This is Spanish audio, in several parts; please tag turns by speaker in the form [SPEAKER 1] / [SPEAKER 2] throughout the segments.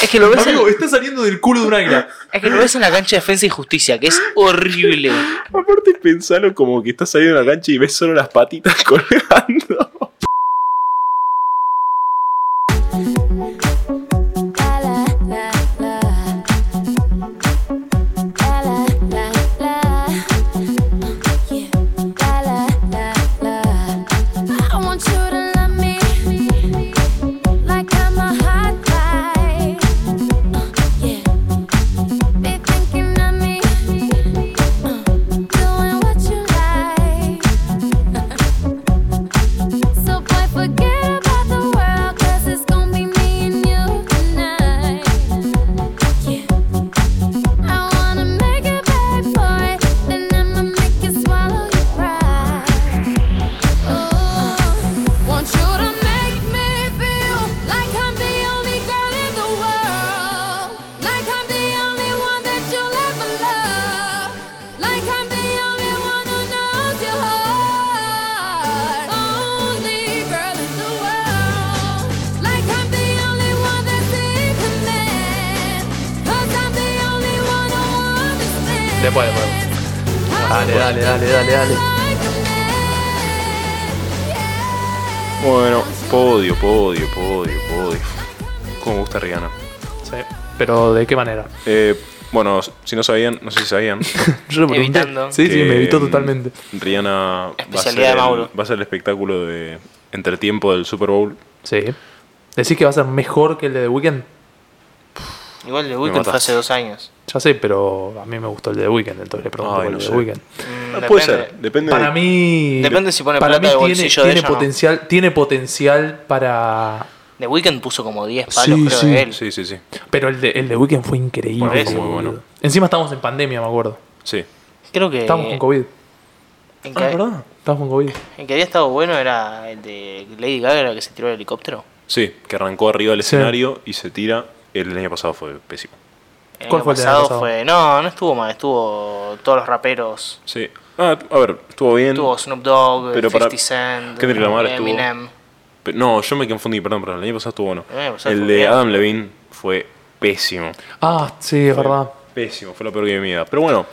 [SPEAKER 1] Es que lo ves, en,
[SPEAKER 2] Amigo, está saliendo del culo de un águila.
[SPEAKER 1] es que lo ves en la cancha de defensa y justicia, que es horrible.
[SPEAKER 3] Aparte, pensalo como que estás saliendo de la cancha y ves solo las patitas colgando.
[SPEAKER 4] I want you to love me like I'm a hot guy. Yeah, be thinking of me, uh, doing what you like. So boy, forget about the world, 'cause it's gonna be me and you tonight. Yeah, I wanna make it back for it, then I'ma make you swallow your pride. Want you to make me feel like I'm the only girl in the world, like I'm the only one that you'll ever love, like I'm the only one who knows your heart, only girl in the world, like I'm the only one that's in command, 'cause I'm the only one who understands.
[SPEAKER 2] Después, después. Dale, dale, dale, dale, dale.
[SPEAKER 3] Bueno, podio, podio, podio, podio. Como me gusta Rihanna.
[SPEAKER 2] Sí. Pero ¿de qué manera?
[SPEAKER 3] Eh, bueno, si no sabían, no sé si sabían.
[SPEAKER 2] Yo lo pregunté.
[SPEAKER 1] Evitando.
[SPEAKER 2] Sí, sí,
[SPEAKER 3] que,
[SPEAKER 2] me evitó
[SPEAKER 3] mm,
[SPEAKER 2] totalmente.
[SPEAKER 3] Rihanna va a, ser
[SPEAKER 1] Especialidad de
[SPEAKER 3] el,
[SPEAKER 1] Mauro.
[SPEAKER 3] va a ser el espectáculo de entretiempo del Super Bowl.
[SPEAKER 2] Sí. ¿Decís que va a ser mejor que el de The Weeknd?
[SPEAKER 1] Igual de Weekend fue hace
[SPEAKER 3] mataste.
[SPEAKER 1] dos años.
[SPEAKER 2] Ya sé, pero a mí me gustó el de The Weeknd, entonces le pregunto
[SPEAKER 3] Ay,
[SPEAKER 2] por el
[SPEAKER 3] no
[SPEAKER 2] de
[SPEAKER 3] sé.
[SPEAKER 2] The Weeknd.
[SPEAKER 1] Mm,
[SPEAKER 3] Ah, puede
[SPEAKER 1] depende.
[SPEAKER 3] ser, depende.
[SPEAKER 2] Para
[SPEAKER 3] de-
[SPEAKER 2] mí.
[SPEAKER 1] Depende si pone
[SPEAKER 2] para
[SPEAKER 1] plata de
[SPEAKER 2] mí tiene,
[SPEAKER 1] bolsillo de
[SPEAKER 2] tiene
[SPEAKER 1] ella o no.
[SPEAKER 2] potencial, tiene potencial para.
[SPEAKER 1] De Weekend puso como 10 palos,
[SPEAKER 2] Sí,
[SPEAKER 1] creo,
[SPEAKER 2] sí.
[SPEAKER 1] de él.
[SPEAKER 3] Sí, sí, sí.
[SPEAKER 2] Pero el de, el de Weekend fue increíble.
[SPEAKER 3] Bueno,
[SPEAKER 1] fue muy
[SPEAKER 2] boludo.
[SPEAKER 3] bueno.
[SPEAKER 2] Encima estamos en pandemia, me acuerdo.
[SPEAKER 3] Sí.
[SPEAKER 1] Creo que.
[SPEAKER 2] Estamos con
[SPEAKER 1] eh.
[SPEAKER 2] COVID.
[SPEAKER 1] en,
[SPEAKER 2] Ah,
[SPEAKER 1] que,
[SPEAKER 2] ¿verdad? Estamos con COVID.
[SPEAKER 1] en que había estado bueno era el de Lady Gaga que se tiró del helicóptero.
[SPEAKER 3] Sí, que arrancó arriba del
[SPEAKER 2] Sí.
[SPEAKER 3] escenario y se tira. El año pasado fue pésimo.
[SPEAKER 1] El
[SPEAKER 2] ¿Cuál
[SPEAKER 1] año
[SPEAKER 2] fue el del año
[SPEAKER 1] pasado
[SPEAKER 2] pasado?
[SPEAKER 1] fue. No, no estuvo mal, estuvo todos los raperos.
[SPEAKER 3] Sí. Ah, a ver, estuvo bien.
[SPEAKER 1] Estuvo Snoop Dogg,
[SPEAKER 3] Pero
[SPEAKER 1] 50
[SPEAKER 3] para-
[SPEAKER 1] Cent,
[SPEAKER 3] Kendrick Lamar estuvo.
[SPEAKER 1] Eminem.
[SPEAKER 3] Pe- No, yo me confundí, perdón, perdón. El año pasado estuvo bueno.
[SPEAKER 1] El año pasado
[SPEAKER 3] El
[SPEAKER 1] fue
[SPEAKER 3] de
[SPEAKER 1] bien.
[SPEAKER 3] Adam Levine fue pésimo.
[SPEAKER 2] Ah, sí, es verdad.
[SPEAKER 3] Pésimo, fue lo peor que vi en mi vida. Pero bueno,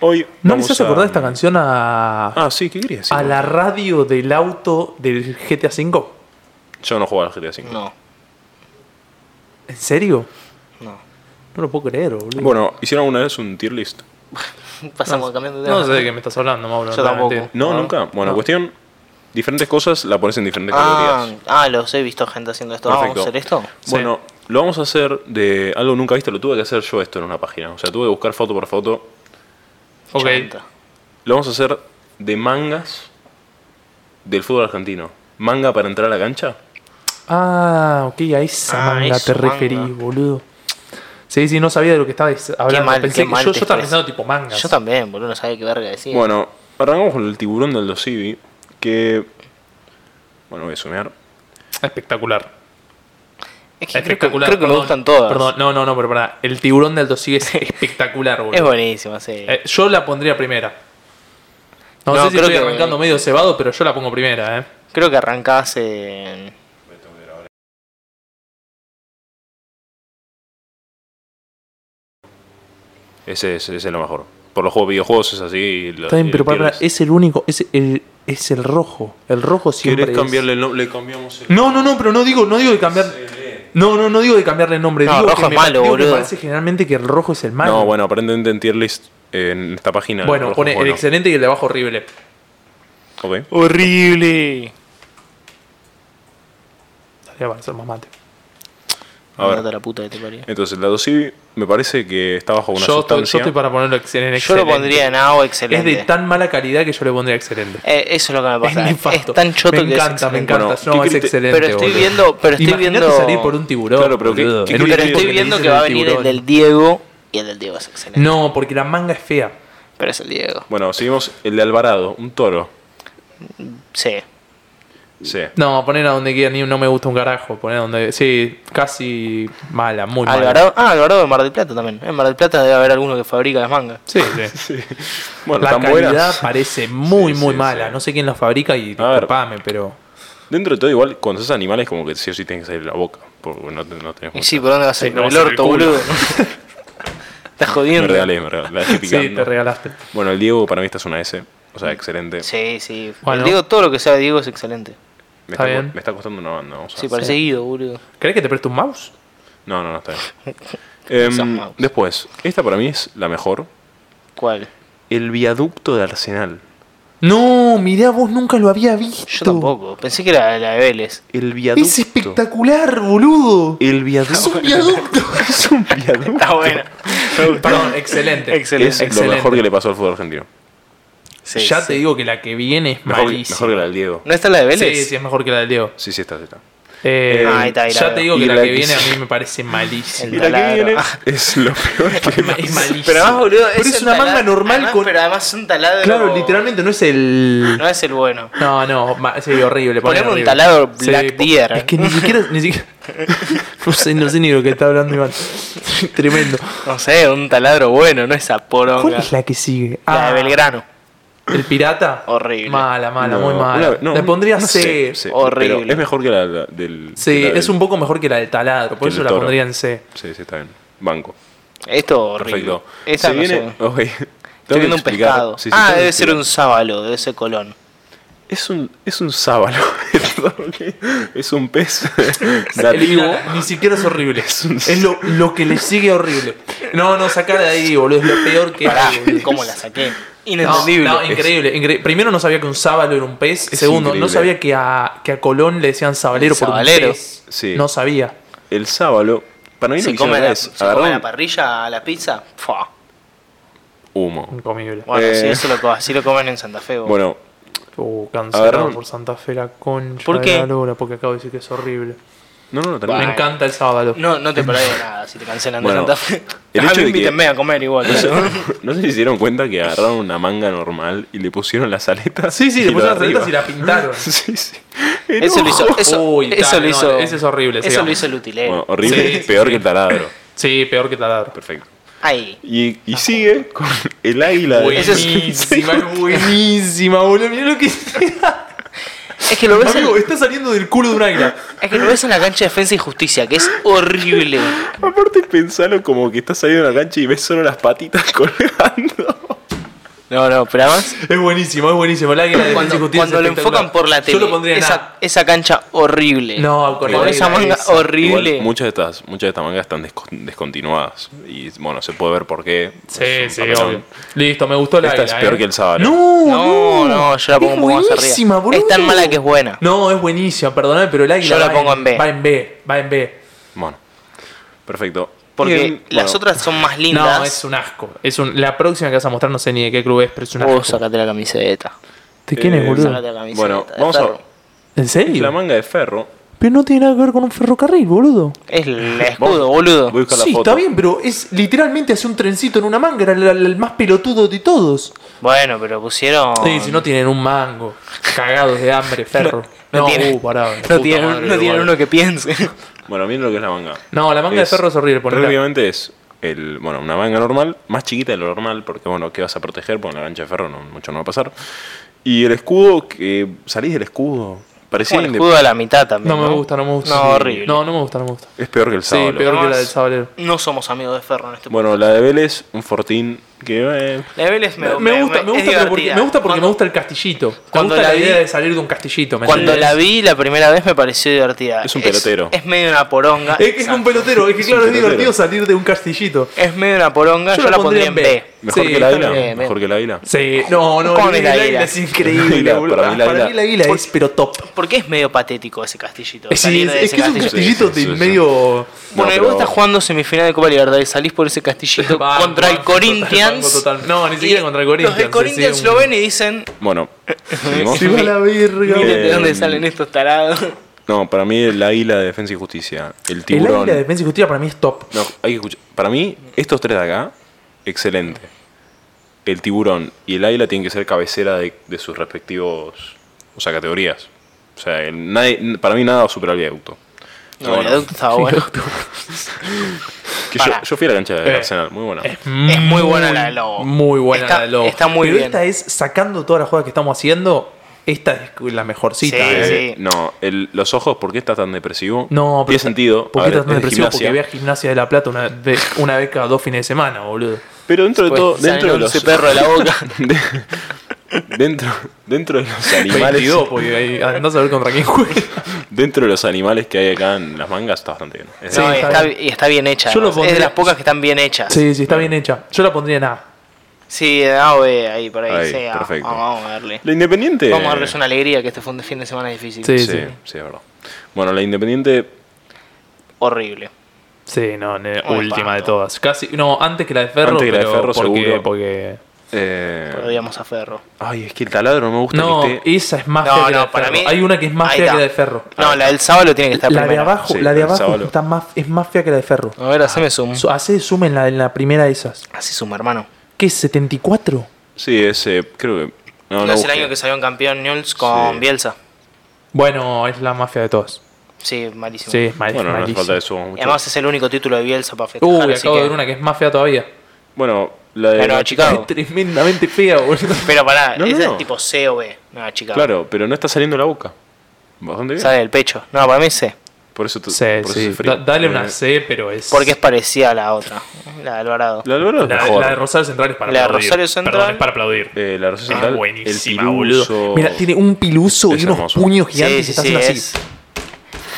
[SPEAKER 3] hoy.
[SPEAKER 2] ¿No me
[SPEAKER 3] vamos
[SPEAKER 2] hiciste
[SPEAKER 3] a-
[SPEAKER 2] acordar esta canción a,
[SPEAKER 3] Ah, sí, ¿qué querías decir?
[SPEAKER 2] a la radio del auto del GTA V?
[SPEAKER 3] Yo no jugaba al GTA V.
[SPEAKER 1] No,
[SPEAKER 2] ¿En serio?
[SPEAKER 1] no.
[SPEAKER 2] No lo puedo creer, boludo.
[SPEAKER 3] Bueno, ¿hicieron alguna vez un tier list?
[SPEAKER 1] Pasamos cambiando de tema.
[SPEAKER 2] no sé de qué me estás hablando, Mauro.
[SPEAKER 1] Yo
[SPEAKER 2] realmente.
[SPEAKER 1] tampoco.
[SPEAKER 3] No,
[SPEAKER 1] No.
[SPEAKER 3] nunca. Bueno,
[SPEAKER 2] No.
[SPEAKER 3] cuestión: diferentes cosas la pones en diferentes
[SPEAKER 1] Ah,
[SPEAKER 3] categorías.
[SPEAKER 1] ah, los he visto gente haciendo esto.
[SPEAKER 3] Perfecto.
[SPEAKER 1] ¿Vamos a hacer esto?
[SPEAKER 2] Sí.
[SPEAKER 3] Bueno, lo vamos a hacer de algo nunca visto. Lo tuve que hacer yo esto en una página. O sea, tuve que buscar foto por foto.
[SPEAKER 2] Ok.
[SPEAKER 1] Chanta.
[SPEAKER 3] Lo vamos a hacer de mangas del fútbol argentino. Manga para entrar a la cancha.
[SPEAKER 2] Ah, ok, a esa
[SPEAKER 1] Ah,
[SPEAKER 2] manga
[SPEAKER 1] esa
[SPEAKER 2] te referí,
[SPEAKER 1] manga.
[SPEAKER 2] boludo. Sí, sí, no sabía de lo que estabas hablando.
[SPEAKER 1] mal,
[SPEAKER 2] Pensé
[SPEAKER 1] qué
[SPEAKER 2] que
[SPEAKER 1] mal
[SPEAKER 2] yo,
[SPEAKER 1] te
[SPEAKER 2] yo estaba
[SPEAKER 1] expresé.
[SPEAKER 2] pensando tipo mangas.
[SPEAKER 1] Yo también, boludo, no sabía qué verga decir.
[SPEAKER 3] Bueno, arrancamos con el tiburón del Dosivi. Que. Bueno, voy a sumear.
[SPEAKER 2] Espectacular.
[SPEAKER 1] es que creo que,
[SPEAKER 2] Espectacular.
[SPEAKER 1] creo que me
[SPEAKER 2] perdón,
[SPEAKER 1] gustan todas.
[SPEAKER 2] Perdón, no, no, no, pero pará. El tiburón de Alto Sigue es espectacular, boludo.
[SPEAKER 1] Es buenísima, sí.
[SPEAKER 2] Eh, yo la pondría primera. No,
[SPEAKER 1] No,
[SPEAKER 2] sé si
[SPEAKER 1] creo
[SPEAKER 2] estoy
[SPEAKER 1] que-
[SPEAKER 2] arrancando medio cebado, pero yo la pongo primera, ¿eh?
[SPEAKER 1] Creo que arrancás en.
[SPEAKER 3] Ese, ese- ese es lo mejor. Por los juegos videojuegos es así. y lo-
[SPEAKER 2] Está bien,
[SPEAKER 3] y
[SPEAKER 2] pero
[SPEAKER 3] lo
[SPEAKER 2] pará, pará,
[SPEAKER 3] pierdes.
[SPEAKER 2] es el único, es el, es el rojo. El rojo siempre
[SPEAKER 3] ¿Querés
[SPEAKER 2] es-
[SPEAKER 3] cambiarle el nombre? Le cambiamos el
[SPEAKER 2] No, no, no, pero no digo, no digo de cambiar... No, no, no digo de cambiarle el nombre.
[SPEAKER 1] No,
[SPEAKER 2] digo
[SPEAKER 1] rojo
[SPEAKER 2] que
[SPEAKER 1] es
[SPEAKER 2] me-
[SPEAKER 1] malo,
[SPEAKER 2] digo que
[SPEAKER 1] boludo.
[SPEAKER 2] Me parece generalmente que el rojo es el malo.
[SPEAKER 3] No, bueno, aparentemente en tier list eh, en esta página.
[SPEAKER 2] Bueno,
[SPEAKER 3] por
[SPEAKER 2] pone
[SPEAKER 3] ejemplo,
[SPEAKER 2] el excelente y el de abajo horrible.
[SPEAKER 3] bueno. Ok.
[SPEAKER 1] ¡Horrible!
[SPEAKER 2] Estaría para hacer más mate.
[SPEAKER 3] A ver.
[SPEAKER 1] la puta que te parió.
[SPEAKER 3] Entonces, la Dosivi me parece que está bajo una
[SPEAKER 2] Yo estoy,
[SPEAKER 3] sustancia.
[SPEAKER 2] yo estoy para ponerlo excel- en
[SPEAKER 1] Yo
[SPEAKER 2] excelente.
[SPEAKER 1] lo pondría en AO excelente.
[SPEAKER 2] Es de tan mala calidad que yo le pondría excelente.
[SPEAKER 1] Eh, eso es lo que me
[SPEAKER 2] Es
[SPEAKER 1] pasa. Es,
[SPEAKER 2] nefasto.
[SPEAKER 1] tan choto
[SPEAKER 2] me
[SPEAKER 1] que es
[SPEAKER 2] encanta, me
[SPEAKER 1] excelente.
[SPEAKER 3] Bueno,
[SPEAKER 2] encanta. no,
[SPEAKER 3] ¿qué
[SPEAKER 2] es
[SPEAKER 3] criterio-
[SPEAKER 2] excelente.
[SPEAKER 1] Pero estoy
[SPEAKER 2] boludo.
[SPEAKER 1] viendo- pero estoy
[SPEAKER 2] Imaginate
[SPEAKER 1] viendo-
[SPEAKER 2] salir por un tiburón.
[SPEAKER 3] Claro, pero ¿qué-
[SPEAKER 2] boludo.
[SPEAKER 3] qué
[SPEAKER 2] En
[SPEAKER 1] Pero
[SPEAKER 2] un
[SPEAKER 3] criterio
[SPEAKER 2] equipo
[SPEAKER 1] estoy
[SPEAKER 2] le
[SPEAKER 1] viendo
[SPEAKER 2] dicen
[SPEAKER 1] que va a venir el
[SPEAKER 2] tiburón.
[SPEAKER 1] del Diego. Y el del Diego es excelente.
[SPEAKER 2] No, porque la manga es fea.
[SPEAKER 1] Pero es el Diego.
[SPEAKER 3] Bueno, seguimos el de Alvarado, un toro.
[SPEAKER 1] Sí.
[SPEAKER 3] Sí.
[SPEAKER 2] No, poner a donde quiera, ni no me gusta un carajo. Poner a donde. Sí, casi mala, muy mala.
[SPEAKER 1] Alvarado, ah, Alvarado de Mar del Plata también. En Mar del Plata debe haber alguno que fabrica las mangas.
[SPEAKER 2] Sí, sí.
[SPEAKER 3] Bueno,
[SPEAKER 2] la
[SPEAKER 3] tan
[SPEAKER 2] calidad
[SPEAKER 3] buenas.
[SPEAKER 2] parece muy,
[SPEAKER 3] Sí,
[SPEAKER 2] muy
[SPEAKER 3] sí,
[SPEAKER 2] mala.
[SPEAKER 3] sí.
[SPEAKER 2] No sé quién la fabrica y
[SPEAKER 3] A ver.
[SPEAKER 2] disculpame, pero.
[SPEAKER 3] Dentro de todo, igual, cuando sos animales, como que sí o sí tienes que salir la boca. Porque no, te- no tenés
[SPEAKER 1] Y
[SPEAKER 3] mucha-
[SPEAKER 1] sí, ¿por dónde vas a ir?
[SPEAKER 2] Sí,
[SPEAKER 1] Por
[SPEAKER 2] no
[SPEAKER 1] el
[SPEAKER 2] vas a ir
[SPEAKER 1] orto,
[SPEAKER 2] el culo.
[SPEAKER 1] boludo. Estás
[SPEAKER 3] Me
[SPEAKER 1] jodiendo.
[SPEAKER 3] regalé, me regalé. La dejé
[SPEAKER 2] Sí, te
[SPEAKER 3] picando.
[SPEAKER 2] regalaste.
[SPEAKER 3] bueno, el Diego para mí esta es una S. O sea, excelente.
[SPEAKER 1] Sí, sí.
[SPEAKER 2] Bueno.
[SPEAKER 1] El Diego, todo lo que sabe Diego es excelente.
[SPEAKER 3] Me, está,
[SPEAKER 2] Está bien.
[SPEAKER 3] me está costando una banda. vamos a-
[SPEAKER 1] Sí,
[SPEAKER 2] Ah,
[SPEAKER 1] parece Guido, boludo.
[SPEAKER 2] ¿Crees que te preste un mouse?
[SPEAKER 3] No, no, no está bien. Em,
[SPEAKER 1] Sos mouse.
[SPEAKER 3] después, esta para mí es la mejor.
[SPEAKER 1] ¿Cuál?
[SPEAKER 3] El viaducto de Arsenal.
[SPEAKER 2] No, mirá, vos nunca lo había visto.
[SPEAKER 1] Yo tampoco. Pensé que era la de Vélez.
[SPEAKER 3] El viaducto.
[SPEAKER 2] espectacular, boludo.
[SPEAKER 3] El viaducto. Es un viaducto. es un viaducto.
[SPEAKER 1] Está buena.
[SPEAKER 2] Perdón, excelente.
[SPEAKER 1] Excelente.
[SPEAKER 3] Es lo mejor que le pasó al fútbol argentino.
[SPEAKER 1] Sí,
[SPEAKER 2] ya
[SPEAKER 1] sí.
[SPEAKER 2] te digo que la que viene es
[SPEAKER 3] Mejor,
[SPEAKER 2] malísima.
[SPEAKER 3] mejor que la del Diego.
[SPEAKER 1] ¿No está la de Vélez?
[SPEAKER 2] Sí, sí, es mejor que la del Diego.
[SPEAKER 3] Sí, sí, está, sí está.
[SPEAKER 2] Eh,
[SPEAKER 1] Ah, ahí está, ahí la
[SPEAKER 2] ya
[SPEAKER 1] veo.
[SPEAKER 2] te digo
[SPEAKER 3] Y
[SPEAKER 2] que la,
[SPEAKER 3] la
[SPEAKER 2] que
[SPEAKER 3] que
[SPEAKER 2] viene a
[SPEAKER 3] sí.
[SPEAKER 2] mí me parece malísima.
[SPEAKER 1] El taladro.
[SPEAKER 3] es lo peor que
[SPEAKER 2] Ma- es malísima.
[SPEAKER 1] Pero además, boludo,
[SPEAKER 2] Pero es
[SPEAKER 1] un
[SPEAKER 2] una manga
[SPEAKER 1] taladro-
[SPEAKER 2] normal
[SPEAKER 1] además,
[SPEAKER 2] con-
[SPEAKER 1] Pero además es un taladro.
[SPEAKER 2] Claro, literalmente no es el.
[SPEAKER 1] No es el bueno.
[SPEAKER 2] No, no, ma- sí, horrible.
[SPEAKER 1] Poneme un
[SPEAKER 2] horrible.
[SPEAKER 1] taladro Black
[SPEAKER 2] po-
[SPEAKER 1] Deer.
[SPEAKER 2] Es que ni siquiera. Ni siquiera no, sé, no sé ni lo que está hablando Iván. Tremendo.
[SPEAKER 1] No sé, un taladro bueno, no esa poronga.
[SPEAKER 2] ¿Cuál es la que sigue? Ah,
[SPEAKER 1] La de Belgrano.
[SPEAKER 2] ¿El pirata?
[SPEAKER 1] Horrible.
[SPEAKER 2] Mala, mala,
[SPEAKER 3] No,
[SPEAKER 2] muy mala.
[SPEAKER 3] una- no,
[SPEAKER 2] Le pondría
[SPEAKER 3] no
[SPEAKER 2] C.
[SPEAKER 3] sé,
[SPEAKER 2] Sí,
[SPEAKER 3] C,
[SPEAKER 1] Horrible.
[SPEAKER 3] pero es mejor que la, la- del. que la
[SPEAKER 2] es
[SPEAKER 3] del-
[SPEAKER 2] un poco mejor que la del taladro. Por
[SPEAKER 3] que el
[SPEAKER 2] eso la
[SPEAKER 3] toro.
[SPEAKER 2] pondría en C.
[SPEAKER 3] Sí, sí, está bien. Banco.
[SPEAKER 1] Esto horrible.
[SPEAKER 3] Perfecto.
[SPEAKER 1] Esta
[SPEAKER 3] Se
[SPEAKER 1] no
[SPEAKER 3] viene.
[SPEAKER 1] sé.
[SPEAKER 3] ok.
[SPEAKER 1] Estoy
[SPEAKER 3] Tengo que
[SPEAKER 1] viendo un
[SPEAKER 3] explicar-
[SPEAKER 1] pescado.
[SPEAKER 3] sí, sí,
[SPEAKER 1] ah,
[SPEAKER 3] tengo que
[SPEAKER 1] debe ser un
[SPEAKER 3] explicar.
[SPEAKER 1] sábalo, debe ser colón.
[SPEAKER 3] Es un, es un sábalo. Ok. es un pez
[SPEAKER 2] Elimina-
[SPEAKER 3] nativo.
[SPEAKER 2] ni siquiera es horrible.
[SPEAKER 3] Es un-
[SPEAKER 2] Es lo, lo que le sigue horrible. No, no, saca de ahí, boludo. Es lo peor que
[SPEAKER 1] Pará,
[SPEAKER 2] hay, boludo.
[SPEAKER 1] ¿cómo la saqué?
[SPEAKER 2] No,
[SPEAKER 1] Inentendible.
[SPEAKER 2] no, increíble, increíble. Primero no sabía que un sábalo era un pez.
[SPEAKER 3] Es
[SPEAKER 2] Segundo, no
[SPEAKER 3] increíble.
[SPEAKER 2] sabía que a, que a Colón le decían sabalero por
[SPEAKER 1] Sabalero.
[SPEAKER 2] un pez.
[SPEAKER 3] Sí.
[SPEAKER 2] No sabía.
[SPEAKER 3] El sábalo. Para mí lo
[SPEAKER 1] se
[SPEAKER 3] que hicieron
[SPEAKER 1] come, la,
[SPEAKER 3] es
[SPEAKER 1] se come la
[SPEAKER 3] agarrar
[SPEAKER 1] parrilla a la pizza. Fua.
[SPEAKER 3] humo.
[SPEAKER 2] Incomible.
[SPEAKER 1] Bueno,
[SPEAKER 3] Eh.
[SPEAKER 1] si eso lo, co- así lo comen en Santa Fe. vos.
[SPEAKER 3] Bueno,
[SPEAKER 2] Uh,
[SPEAKER 3] Agarraron-
[SPEAKER 2] cancelado por Santa Fe la concha
[SPEAKER 1] ¿Por
[SPEAKER 2] de
[SPEAKER 1] qué?
[SPEAKER 2] la lora, porque acabo de decir que es horrible.
[SPEAKER 3] no, no, no,
[SPEAKER 1] Bah.
[SPEAKER 3] termina.
[SPEAKER 2] Me encanta el sábado.
[SPEAKER 1] No, no te perdés de nada si te cancelan
[SPEAKER 3] Bueno,
[SPEAKER 1] de Santa Fe.
[SPEAKER 3] el
[SPEAKER 1] A
[SPEAKER 3] hecho
[SPEAKER 1] mí
[SPEAKER 3] de que-
[SPEAKER 1] invítenme a comer igual.
[SPEAKER 3] No sé si se dieron cuenta que agarraron una manga normal y le pusieron las aletas.
[SPEAKER 2] Sí, sí,
[SPEAKER 3] y
[SPEAKER 2] le
[SPEAKER 3] lo
[SPEAKER 2] pusieron las
[SPEAKER 3] de
[SPEAKER 2] aletas y
[SPEAKER 3] arriba.
[SPEAKER 2] la pintaron.
[SPEAKER 3] Sí, sí.
[SPEAKER 1] Eso lo hizo. Eso,
[SPEAKER 2] Uy,
[SPEAKER 1] eso
[SPEAKER 2] tal,
[SPEAKER 1] lo
[SPEAKER 2] no,
[SPEAKER 1] hizo.
[SPEAKER 2] ese es horrible,
[SPEAKER 1] Eso
[SPEAKER 2] sigamos.
[SPEAKER 1] lo hizo el utilero.
[SPEAKER 3] Bueno, horrible,
[SPEAKER 2] Sí, sí,
[SPEAKER 3] peor
[SPEAKER 2] sí.
[SPEAKER 3] que el taladro.
[SPEAKER 2] Sí, peor que taladro.
[SPEAKER 3] Perfecto.
[SPEAKER 1] Ay.
[SPEAKER 3] Y, y sigue con el águila. de-
[SPEAKER 1] Eso es-
[SPEAKER 2] Buenísima, es buenísima, boludo. Mirá lo que
[SPEAKER 1] Es que lo ves
[SPEAKER 2] Amigo,
[SPEAKER 1] en,
[SPEAKER 2] está saliendo del culo de un águila.
[SPEAKER 1] es que lo ves en la cancha de defensa y justicia, que es horrible.
[SPEAKER 3] Aparte, pensalo como que estás saliendo de la cancha y ves solo las patitas colgando.
[SPEAKER 1] No, no, pero además.
[SPEAKER 2] Es buenísimo, es buenísimo. El águila de Defensa y
[SPEAKER 1] Cuando,
[SPEAKER 2] Justicia es
[SPEAKER 1] cuando lo enfocan
[SPEAKER 2] espectacular.
[SPEAKER 1] por la tele,
[SPEAKER 2] Yo lo pondría en A.
[SPEAKER 1] esa, esa cancha horrible.
[SPEAKER 2] No, con,
[SPEAKER 1] con
[SPEAKER 2] la
[SPEAKER 1] esa
[SPEAKER 2] águila
[SPEAKER 1] manga
[SPEAKER 2] esa.
[SPEAKER 1] horrible.
[SPEAKER 3] Igual, muchas de estas, muchas de estas mangas están desco- descontinuadas. Y bueno, se puede ver por qué.
[SPEAKER 2] Sí,
[SPEAKER 3] Es
[SPEAKER 2] sí,
[SPEAKER 3] un papelón.
[SPEAKER 2] obvio. Listo, me gustó la
[SPEAKER 3] Esta
[SPEAKER 2] águila,
[SPEAKER 3] es peor
[SPEAKER 2] eh.
[SPEAKER 3] que el sábado.
[SPEAKER 2] No,
[SPEAKER 1] No,
[SPEAKER 2] no,
[SPEAKER 1] no, yo la pongo
[SPEAKER 2] Es
[SPEAKER 1] un poco más
[SPEAKER 2] buenísima,
[SPEAKER 1] arriba.
[SPEAKER 2] boludo.
[SPEAKER 1] Es tan mala que es buena.
[SPEAKER 2] No, es buenísima, perdóname, pero el águila
[SPEAKER 1] Yo la
[SPEAKER 2] va
[SPEAKER 1] pongo en B.
[SPEAKER 2] Va en B, va en B.
[SPEAKER 3] Bueno, perfecto.
[SPEAKER 1] Porque
[SPEAKER 3] Bien,
[SPEAKER 1] las
[SPEAKER 3] bueno,
[SPEAKER 1] otras son más lindas.
[SPEAKER 2] No, es un asco. Es un, la próxima que vas a mostrar no sé ni de qué club es, pero es un asco.
[SPEAKER 1] Vos sacate la camiseta.
[SPEAKER 2] ¿De quién es,
[SPEAKER 3] eh,
[SPEAKER 2] boludo?
[SPEAKER 1] sacate la camiseta.
[SPEAKER 3] Bueno,
[SPEAKER 1] de
[SPEAKER 3] vamos a
[SPEAKER 1] perro.
[SPEAKER 2] ¿En
[SPEAKER 3] Es la
[SPEAKER 2] serio?
[SPEAKER 3] manga de ferro.
[SPEAKER 2] Pero no tiene nada que ver con un ferrocarril, boludo.
[SPEAKER 1] Es el escudo, boludo.
[SPEAKER 3] Voy a buscar la
[SPEAKER 2] Sí,
[SPEAKER 3] foto.
[SPEAKER 2] está bien, pero es literalmente hace un trencito en una manga, era el, el- el más pelotudo de todos.
[SPEAKER 1] Bueno, pero pusieron.
[SPEAKER 3] Ah.
[SPEAKER 2] Sí, si no tienen un mango, cagados de hambre, ferro. No,
[SPEAKER 1] no tienen-
[SPEAKER 2] uh, pará, puta
[SPEAKER 1] no tienen,
[SPEAKER 2] madre,
[SPEAKER 1] no tienen
[SPEAKER 2] igual.
[SPEAKER 1] uno que piense.
[SPEAKER 3] Bueno, miren lo que es la manga.
[SPEAKER 2] No, la manga de ferro es horrible, ponela.
[SPEAKER 3] Prácticamente es el, bueno, una manga normal, más chiquita de lo normal, porque bueno, ¿qué vas a proteger? Porque en la cancha de ferro no, mucho no va a pasar. Y el escudo, que salís del escudo, parecía
[SPEAKER 1] Como el
[SPEAKER 3] inde-
[SPEAKER 1] escudo a la mitad también.
[SPEAKER 2] No
[SPEAKER 1] No,
[SPEAKER 2] me gusta, no me gusta.
[SPEAKER 1] No, horrible.
[SPEAKER 2] No, no me gusta, no me gusta.
[SPEAKER 3] Es peor que el
[SPEAKER 2] Sí,
[SPEAKER 3] sábado.
[SPEAKER 2] peor que la
[SPEAKER 1] Además-
[SPEAKER 2] del sabalero.
[SPEAKER 1] No somos amigos de Ferro en este
[SPEAKER 3] Bueno, la de Vélez, un fortín que... eh,
[SPEAKER 1] punto. La Vélez me,
[SPEAKER 2] Me,
[SPEAKER 1] me- es
[SPEAKER 2] gusta, me gusta, pero porque,
[SPEAKER 1] divertida.
[SPEAKER 2] me gusta porque me
[SPEAKER 1] Cuando-
[SPEAKER 2] gusta el castillito. Me
[SPEAKER 1] cuando
[SPEAKER 2] gusta la,
[SPEAKER 1] la vi-
[SPEAKER 2] idea de salir de un castillito. ¿me
[SPEAKER 1] Cuando
[SPEAKER 2] entendés?
[SPEAKER 1] la vi la primera vez me pareció divertida.
[SPEAKER 3] Es un pelotero.
[SPEAKER 1] Es, medio una poronga.
[SPEAKER 2] Es que es un pelotero, es que
[SPEAKER 3] un
[SPEAKER 2] claro, es
[SPEAKER 3] pelotero.
[SPEAKER 2] divertido salir de un castillito.
[SPEAKER 1] Es medio una poronga, yo, la pondría en B.
[SPEAKER 3] mejor
[SPEAKER 2] Sí,
[SPEAKER 3] que el
[SPEAKER 2] está eh.
[SPEAKER 3] águila.
[SPEAKER 1] bien, bien.
[SPEAKER 3] mejor que el águila.
[SPEAKER 2] Sí, no, no,
[SPEAKER 1] Con
[SPEAKER 2] el,
[SPEAKER 1] el
[SPEAKER 2] águila
[SPEAKER 1] águila.
[SPEAKER 2] es increíble,
[SPEAKER 3] Águila,
[SPEAKER 2] boludo.
[SPEAKER 3] para mí el
[SPEAKER 2] Para
[SPEAKER 3] águila-
[SPEAKER 2] mí el águila es pero top.
[SPEAKER 1] Porque es medio patético ese castillito.
[SPEAKER 2] Sí,
[SPEAKER 1] salir
[SPEAKER 2] es,
[SPEAKER 1] de
[SPEAKER 2] es
[SPEAKER 1] ese
[SPEAKER 2] que es un
[SPEAKER 1] castillo.
[SPEAKER 2] castillito
[SPEAKER 3] Sí, sí,
[SPEAKER 2] de
[SPEAKER 3] sí.
[SPEAKER 2] medio...
[SPEAKER 1] Bueno,
[SPEAKER 3] No,
[SPEAKER 1] y
[SPEAKER 3] pero-
[SPEAKER 1] vos estás jugando semifinal de Copa Libertadores, salís por ese castillito
[SPEAKER 2] Banco,
[SPEAKER 1] contra el
[SPEAKER 2] banco,
[SPEAKER 1] Corinthians.
[SPEAKER 2] total, banco, total. No, ni siquiera
[SPEAKER 1] y
[SPEAKER 2] contra el Corinthians,
[SPEAKER 1] Los del
[SPEAKER 2] sí,
[SPEAKER 1] Corinthians
[SPEAKER 2] sí,
[SPEAKER 1] lo
[SPEAKER 2] un-
[SPEAKER 1] ven y dicen,
[SPEAKER 3] Bueno, seguimos.
[SPEAKER 2] Se va la verga.
[SPEAKER 1] miren
[SPEAKER 3] Eh,
[SPEAKER 1] de dónde salen estos tarados.
[SPEAKER 3] No, para mí el águila de defensa y justicia. El
[SPEAKER 2] El
[SPEAKER 3] tiburón.
[SPEAKER 2] águila de defensa y justicia para mí es top.
[SPEAKER 3] No, hay que escuchar. Para mí, estos tres de acá, excelente. El tiburón y el águila tienen que ser cabecera de, de sus respectivos o sea, categorías. O sea, el- nadie- para mí nada supera al viaducto.
[SPEAKER 1] No,
[SPEAKER 3] Bueno,
[SPEAKER 1] el adulto estaba bueno.
[SPEAKER 3] que yo,
[SPEAKER 1] pará.
[SPEAKER 3] yo fui a la cancha de
[SPEAKER 2] Eh.
[SPEAKER 3] Arsenal, muy buena.
[SPEAKER 1] Es muy buena la de Lobo.
[SPEAKER 2] Muy buena
[SPEAKER 1] Está-
[SPEAKER 2] la de Lobo.
[SPEAKER 1] está muy
[SPEAKER 2] Pero
[SPEAKER 1] bien.
[SPEAKER 2] esta es sacando todas las jugadas que estamos haciendo. Esta es la mejor cita.
[SPEAKER 1] Sí,
[SPEAKER 2] ¿eh?
[SPEAKER 1] sí.
[SPEAKER 3] No, el- los ojos, ¿por qué estás tan depresivo?
[SPEAKER 2] No,
[SPEAKER 3] Tiene
[SPEAKER 2] está-
[SPEAKER 3] sentido.
[SPEAKER 2] ¿Por
[SPEAKER 3] A
[SPEAKER 2] qué
[SPEAKER 3] ver,
[SPEAKER 2] estás tan
[SPEAKER 3] es
[SPEAKER 2] depresivo? Porque
[SPEAKER 3] gimnasia.
[SPEAKER 2] veas Gimnasia de la Plata una, de- una vez cada dos fines de semana, boludo.
[SPEAKER 3] Pero dentro de
[SPEAKER 1] Pues,
[SPEAKER 3] todo,
[SPEAKER 1] salen
[SPEAKER 3] dentro de los
[SPEAKER 1] 11 perros de la boca.
[SPEAKER 3] de- dentro, dentro de los animales,
[SPEAKER 2] 22, porque ahí andás a ver contra quién juega.
[SPEAKER 3] dentro de los animales que hay acá en las mangas está bastante bien. Es
[SPEAKER 2] Sí,
[SPEAKER 1] No, y
[SPEAKER 2] está
[SPEAKER 1] está,
[SPEAKER 2] bien.
[SPEAKER 1] y está bien hecha.
[SPEAKER 2] Yo lo
[SPEAKER 1] además. es de
[SPEAKER 2] pondría-
[SPEAKER 1] las pocas que están bien hechas. Sí,
[SPEAKER 2] Sí, sí, está bien hecha. Yo la pondría en A.
[SPEAKER 1] A o B, ahí por ahí.
[SPEAKER 3] Ahí,
[SPEAKER 1] sí, a-
[SPEAKER 3] perfecto.
[SPEAKER 1] vamos, vamos a darle.
[SPEAKER 3] La Independiente.
[SPEAKER 1] Vamos a darles una alegría que este fue un fin de semana difícil.
[SPEAKER 2] Sí.
[SPEAKER 3] Sí, sí, es verdad. Bueno, la Independiente.
[SPEAKER 1] Horrible.
[SPEAKER 2] Sí, no, ne-
[SPEAKER 1] Ay,
[SPEAKER 2] última
[SPEAKER 1] pato.
[SPEAKER 2] de todas. Casi, no, antes que la de Ferro,
[SPEAKER 3] Antes que la de
[SPEAKER 2] pero
[SPEAKER 3] Ferro,
[SPEAKER 2] porque,
[SPEAKER 3] seguro.
[SPEAKER 2] porque-
[SPEAKER 3] eh,
[SPEAKER 1] Pero odiamos a Ferro.
[SPEAKER 3] Ay, es que el taladro no me gusta
[SPEAKER 2] No,
[SPEAKER 3] que esté.
[SPEAKER 2] esa es más fea
[SPEAKER 1] No,
[SPEAKER 2] que la de
[SPEAKER 1] no, para
[SPEAKER 2] Ferro.
[SPEAKER 1] mí.
[SPEAKER 2] Hay una que es más
[SPEAKER 1] Ahí
[SPEAKER 2] fea que
[SPEAKER 1] está.
[SPEAKER 2] la de Ferro.
[SPEAKER 1] No, la del sábado tiene que estar
[SPEAKER 2] La de
[SPEAKER 1] primera.
[SPEAKER 2] abajo,
[SPEAKER 3] Sí,
[SPEAKER 2] la de
[SPEAKER 3] el
[SPEAKER 2] abajo
[SPEAKER 3] sábado.
[SPEAKER 2] está más, es más fea que la de Ferro.
[SPEAKER 1] A ver, haceme zoom.
[SPEAKER 2] Su- Hacé zoom en la, en la primera de esas.
[SPEAKER 1] Así suma, hermano.
[SPEAKER 2] ¿Qué es? ¿74?
[SPEAKER 3] Sí, ese. Creo que. No,
[SPEAKER 1] No,
[SPEAKER 3] no,
[SPEAKER 1] es el
[SPEAKER 3] busqué.
[SPEAKER 1] año que salió un campeón Newell's con
[SPEAKER 3] Sí.
[SPEAKER 1] Bielsa.
[SPEAKER 2] Bueno, es la más fea de todas.
[SPEAKER 1] Sí, malísimo.
[SPEAKER 2] Sí, es mal-
[SPEAKER 3] Bueno, no hace
[SPEAKER 2] malísima.
[SPEAKER 3] falta eso.
[SPEAKER 1] Y además es el único título de Bielsa para festejar.
[SPEAKER 2] Uy,
[SPEAKER 1] así
[SPEAKER 2] Uh, acabo
[SPEAKER 1] que-
[SPEAKER 2] de ver una que es más fea todavía.
[SPEAKER 3] Bueno, la de.
[SPEAKER 1] Bueno,
[SPEAKER 3] la-
[SPEAKER 1] Chicago. Claro.
[SPEAKER 2] Es tremendamente fea, boludo.
[SPEAKER 1] Pero pará,
[SPEAKER 3] No, no,
[SPEAKER 1] esa
[SPEAKER 3] no.
[SPEAKER 1] es tipo C o B. No, chica.
[SPEAKER 3] Claro, pero no está saliendo la boca. Bastante bien.
[SPEAKER 1] Sale del pecho. No, para mí C.
[SPEAKER 3] Por eso te-
[SPEAKER 2] Sí,
[SPEAKER 3] por eso
[SPEAKER 2] sí.
[SPEAKER 3] es frío.
[SPEAKER 2] Da- dale
[SPEAKER 3] Eh,
[SPEAKER 2] una C, pero es.
[SPEAKER 1] Porque es parecida a la otra. La de Alvarado.
[SPEAKER 3] La de Alvarado es
[SPEAKER 2] La,
[SPEAKER 3] mejor.
[SPEAKER 2] la de Rosario Central es para
[SPEAKER 1] La de
[SPEAKER 2] aplaudir.
[SPEAKER 1] Rosario Central-
[SPEAKER 2] Perdón, es para aplaudir.
[SPEAKER 3] Eh, la Rosa Central,
[SPEAKER 2] es
[SPEAKER 3] el
[SPEAKER 2] Ah, buenísima,
[SPEAKER 3] Piluso.
[SPEAKER 2] boludo. Mira, tiene un piluso
[SPEAKER 3] Es
[SPEAKER 2] y unos
[SPEAKER 3] hermoso.
[SPEAKER 2] puños gigantes que se hacen
[SPEAKER 1] es,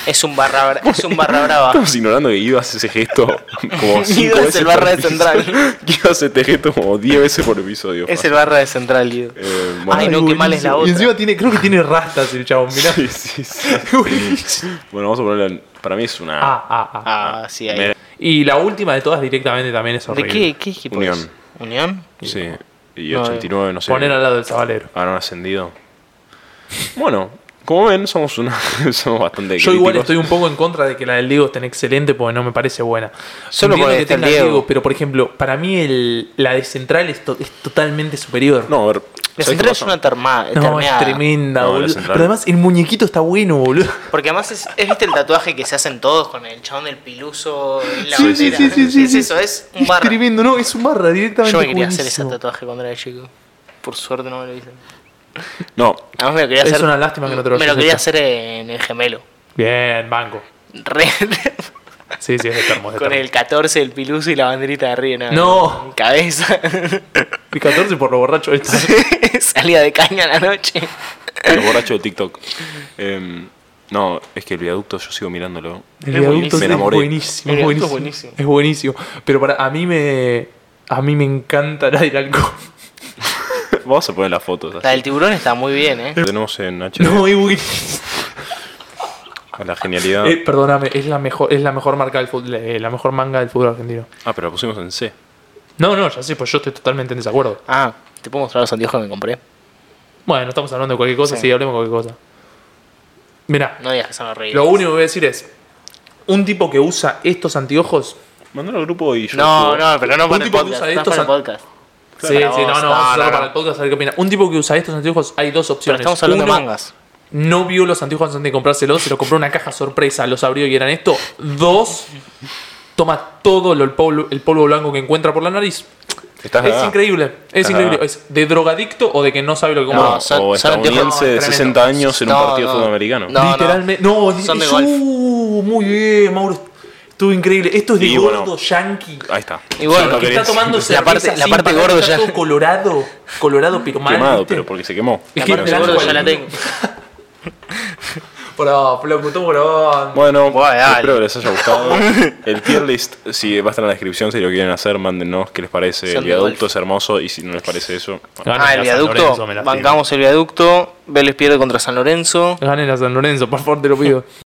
[SPEAKER 1] es un barra, bra- es un barra brava.
[SPEAKER 3] Estamos Ah, ignorando que Guido hace ese gesto como
[SPEAKER 1] Guido
[SPEAKER 3] 5
[SPEAKER 1] es
[SPEAKER 3] veces
[SPEAKER 1] el barra
[SPEAKER 3] por
[SPEAKER 1] de
[SPEAKER 3] episodio.
[SPEAKER 1] Central.
[SPEAKER 3] Guido hace este gesto como 10 veces por episodio.
[SPEAKER 1] Es
[SPEAKER 3] fácil.
[SPEAKER 1] el barra de central, Guido.
[SPEAKER 3] Eh,
[SPEAKER 2] así.
[SPEAKER 3] bueno,
[SPEAKER 1] Ay, no, qué mal es la
[SPEAKER 2] buenísimo. Y
[SPEAKER 1] otra.
[SPEAKER 2] encima tiene, creo que tiene rastas el chabón, mirá.
[SPEAKER 3] sí, sí, sí. bueno, vamos a ponerla. en- Para mí es una
[SPEAKER 2] Ah, ah, ah.
[SPEAKER 1] Ah, sí, ahí.
[SPEAKER 3] Me-
[SPEAKER 2] Y la última de todas directamente también es
[SPEAKER 1] ¿De
[SPEAKER 2] horrible.
[SPEAKER 1] qué, qué equipo
[SPEAKER 3] Unión.
[SPEAKER 1] es? ¿Unión?
[SPEAKER 3] sí. Y
[SPEAKER 1] No,
[SPEAKER 3] 89, no sé.
[SPEAKER 2] Poner al lado del sabalero.
[SPEAKER 3] Habrán ascendido. Bueno, como ven, somos una somos bastante
[SPEAKER 2] Yo igual
[SPEAKER 3] críticos.
[SPEAKER 2] estoy un poco en contra de que la del Diego esté excelente porque no me parece buena.
[SPEAKER 1] Solo
[SPEAKER 2] Entiendo
[SPEAKER 1] porque
[SPEAKER 2] que
[SPEAKER 1] está el
[SPEAKER 2] tenga
[SPEAKER 1] Diego.
[SPEAKER 2] pero por ejemplo, para mí el, la de Central es, to- es totalmente superior.
[SPEAKER 3] No, a ver.
[SPEAKER 1] La
[SPEAKER 3] ¿sabés
[SPEAKER 1] central
[SPEAKER 3] qué
[SPEAKER 1] es
[SPEAKER 3] pasa?
[SPEAKER 1] una terma,
[SPEAKER 2] No, es
[SPEAKER 1] termeada.
[SPEAKER 2] tremenda,
[SPEAKER 3] No, la
[SPEAKER 2] boludo.
[SPEAKER 3] Central.
[SPEAKER 2] Pero además el muñequito está bueno, boludo.
[SPEAKER 1] Porque además es, es, viste el tatuaje que se hacen todos con el chabón del piluso en la
[SPEAKER 2] Sí,
[SPEAKER 1] bandera.
[SPEAKER 2] sí, sí, sí,
[SPEAKER 1] es
[SPEAKER 2] sí.
[SPEAKER 1] eso, es un barra.
[SPEAKER 2] Tremendo, no, es un barra directamente.
[SPEAKER 1] Yo me quería hacer
[SPEAKER 2] buenísimo.
[SPEAKER 1] ese tatuaje cuando era chico. Por suerte no me lo hice.
[SPEAKER 3] No,
[SPEAKER 1] Además me lo quería
[SPEAKER 2] Es
[SPEAKER 1] hacer.
[SPEAKER 2] una lástima que no te lo
[SPEAKER 1] Me lo
[SPEAKER 2] hayas
[SPEAKER 1] quería
[SPEAKER 2] hecho.
[SPEAKER 1] hacer en el gemelo.
[SPEAKER 2] Bien, banco.
[SPEAKER 1] Re-
[SPEAKER 2] Sí, sí, es de termo. es de
[SPEAKER 1] con
[SPEAKER 2] termo.
[SPEAKER 1] el 14, el piluso y la banderita de arriba. nada.
[SPEAKER 2] No.
[SPEAKER 1] Cabeza.
[SPEAKER 2] Y 14 por lo borracho esta.
[SPEAKER 1] Salía de caña a la noche.
[SPEAKER 3] el borracho de TikTok. Em, no, es que el viaducto yo sigo mirándolo.
[SPEAKER 2] El
[SPEAKER 1] Es
[SPEAKER 2] viaducto
[SPEAKER 3] buenísimo.
[SPEAKER 2] es
[SPEAKER 3] Me enamoré.
[SPEAKER 2] buenísimo,
[SPEAKER 1] El
[SPEAKER 2] es
[SPEAKER 1] viaducto
[SPEAKER 2] buenísimo.
[SPEAKER 1] es buenísimo.
[SPEAKER 2] Es buenísimo. Pero para a mí me a mí me encanta la del alcohol.
[SPEAKER 3] Vamos a poner las fotos. así.
[SPEAKER 1] La del tiburón está muy bien, ¿eh?
[SPEAKER 3] Tenemos en HD
[SPEAKER 2] No, es buenísimo.
[SPEAKER 3] a la genialidad.
[SPEAKER 2] Eh, perdóname, es la mejor es la mejor marca del fútbol, eh, la mejor manga del fútbol argentino.
[SPEAKER 3] Ah, pero la pusimos en C.
[SPEAKER 2] No, no, ya sé, pues yo estoy totalmente en desacuerdo.
[SPEAKER 1] Ah, ¿te puedo mostrar los anteojos que me compré?
[SPEAKER 2] Bueno, estamos hablando de cualquier cosa,
[SPEAKER 1] Sí.
[SPEAKER 2] sí, hablemos de cualquier cosa. Mirá,
[SPEAKER 1] No digas que son horribles.
[SPEAKER 2] lo único que voy a decir es un tipo que usa estos anteojos
[SPEAKER 3] Mandalo al grupo y yo.
[SPEAKER 1] No,
[SPEAKER 3] subo.
[SPEAKER 1] no, pero no
[SPEAKER 2] Un
[SPEAKER 1] para el
[SPEAKER 2] tipo que
[SPEAKER 1] podcast.
[SPEAKER 2] usa
[SPEAKER 1] no
[SPEAKER 2] estos
[SPEAKER 1] para el
[SPEAKER 2] an-
[SPEAKER 1] podcast.
[SPEAKER 2] Sí,
[SPEAKER 1] Para
[SPEAKER 2] sí,
[SPEAKER 1] vos.
[SPEAKER 2] no, no,
[SPEAKER 1] No,
[SPEAKER 2] vamos a hacerlo
[SPEAKER 1] no,
[SPEAKER 2] para
[SPEAKER 1] no.
[SPEAKER 2] el podcast a ver qué opina. Un tipo que usa estos anteojos, hay dos
[SPEAKER 1] Pero
[SPEAKER 2] opciones.
[SPEAKER 1] estamos hablando
[SPEAKER 2] Uno,
[SPEAKER 1] de mangas.
[SPEAKER 2] No vio los anteojos antes de comprárselos, se lo compró en una caja sorpresa, los abrió y eran esto. Dos, toma todo lo- el, polvo, el polvo blanco que encuentra por la nariz.
[SPEAKER 3] Estás
[SPEAKER 2] es
[SPEAKER 3] cagada.
[SPEAKER 2] increíble, es
[SPEAKER 3] Ajá.
[SPEAKER 2] increíble. Es de drogadicto o de que no sabe lo que
[SPEAKER 1] No,
[SPEAKER 2] compra.
[SPEAKER 3] O
[SPEAKER 1] son- son
[SPEAKER 3] estadounidense de
[SPEAKER 2] anteojos-
[SPEAKER 3] 60 años en
[SPEAKER 1] No,
[SPEAKER 3] un partido
[SPEAKER 1] no.
[SPEAKER 3] sudamericano.
[SPEAKER 1] No, no.
[SPEAKER 2] Literalmente. No, es-
[SPEAKER 1] Son de
[SPEAKER 2] es-
[SPEAKER 1] golf.
[SPEAKER 2] uh, muy bien, Mauro. Estuvo increíble. Esto es de
[SPEAKER 3] Y
[SPEAKER 2] gordo
[SPEAKER 3] bueno.
[SPEAKER 2] yankee.
[SPEAKER 3] Ahí está.
[SPEAKER 1] Y bueno,
[SPEAKER 3] Yo no
[SPEAKER 1] que
[SPEAKER 2] Que está
[SPEAKER 3] quería-
[SPEAKER 2] tomando cerveza
[SPEAKER 1] La parte- la
[SPEAKER 2] sin
[SPEAKER 1] parte
[SPEAKER 2] parar,
[SPEAKER 1] gordo
[SPEAKER 2] está
[SPEAKER 1] ya-
[SPEAKER 2] todo colorado, colorado, pero mal.
[SPEAKER 3] quemado,
[SPEAKER 2] ¿viste?
[SPEAKER 3] pero porque se quemó.
[SPEAKER 2] Es
[SPEAKER 1] La
[SPEAKER 2] que
[SPEAKER 1] parte
[SPEAKER 2] me la
[SPEAKER 1] gorda
[SPEAKER 2] hago
[SPEAKER 1] ya la
[SPEAKER 2] al-
[SPEAKER 1] tengo.
[SPEAKER 2] Pará, flaco, estamos grabando.
[SPEAKER 3] Bueno,
[SPEAKER 1] Bueno, dale.
[SPEAKER 3] espero que les haya gustado. El tier list, si va a estar en la descripción, si lo quieren hacer, mándenos qué les parece.
[SPEAKER 1] Son
[SPEAKER 3] El
[SPEAKER 1] de
[SPEAKER 3] viaducto
[SPEAKER 1] golf.
[SPEAKER 3] es hermoso y si no les parece eso. bueno.
[SPEAKER 2] Ganen
[SPEAKER 1] Ah, el
[SPEAKER 2] a San Lorenzo,
[SPEAKER 1] viaducto.
[SPEAKER 2] me lastima.
[SPEAKER 1] Bancamos el viaducto. Vélez pierde contra San Lorenzo.
[SPEAKER 2] Ganen a San Lorenzo, por favor, te lo pido.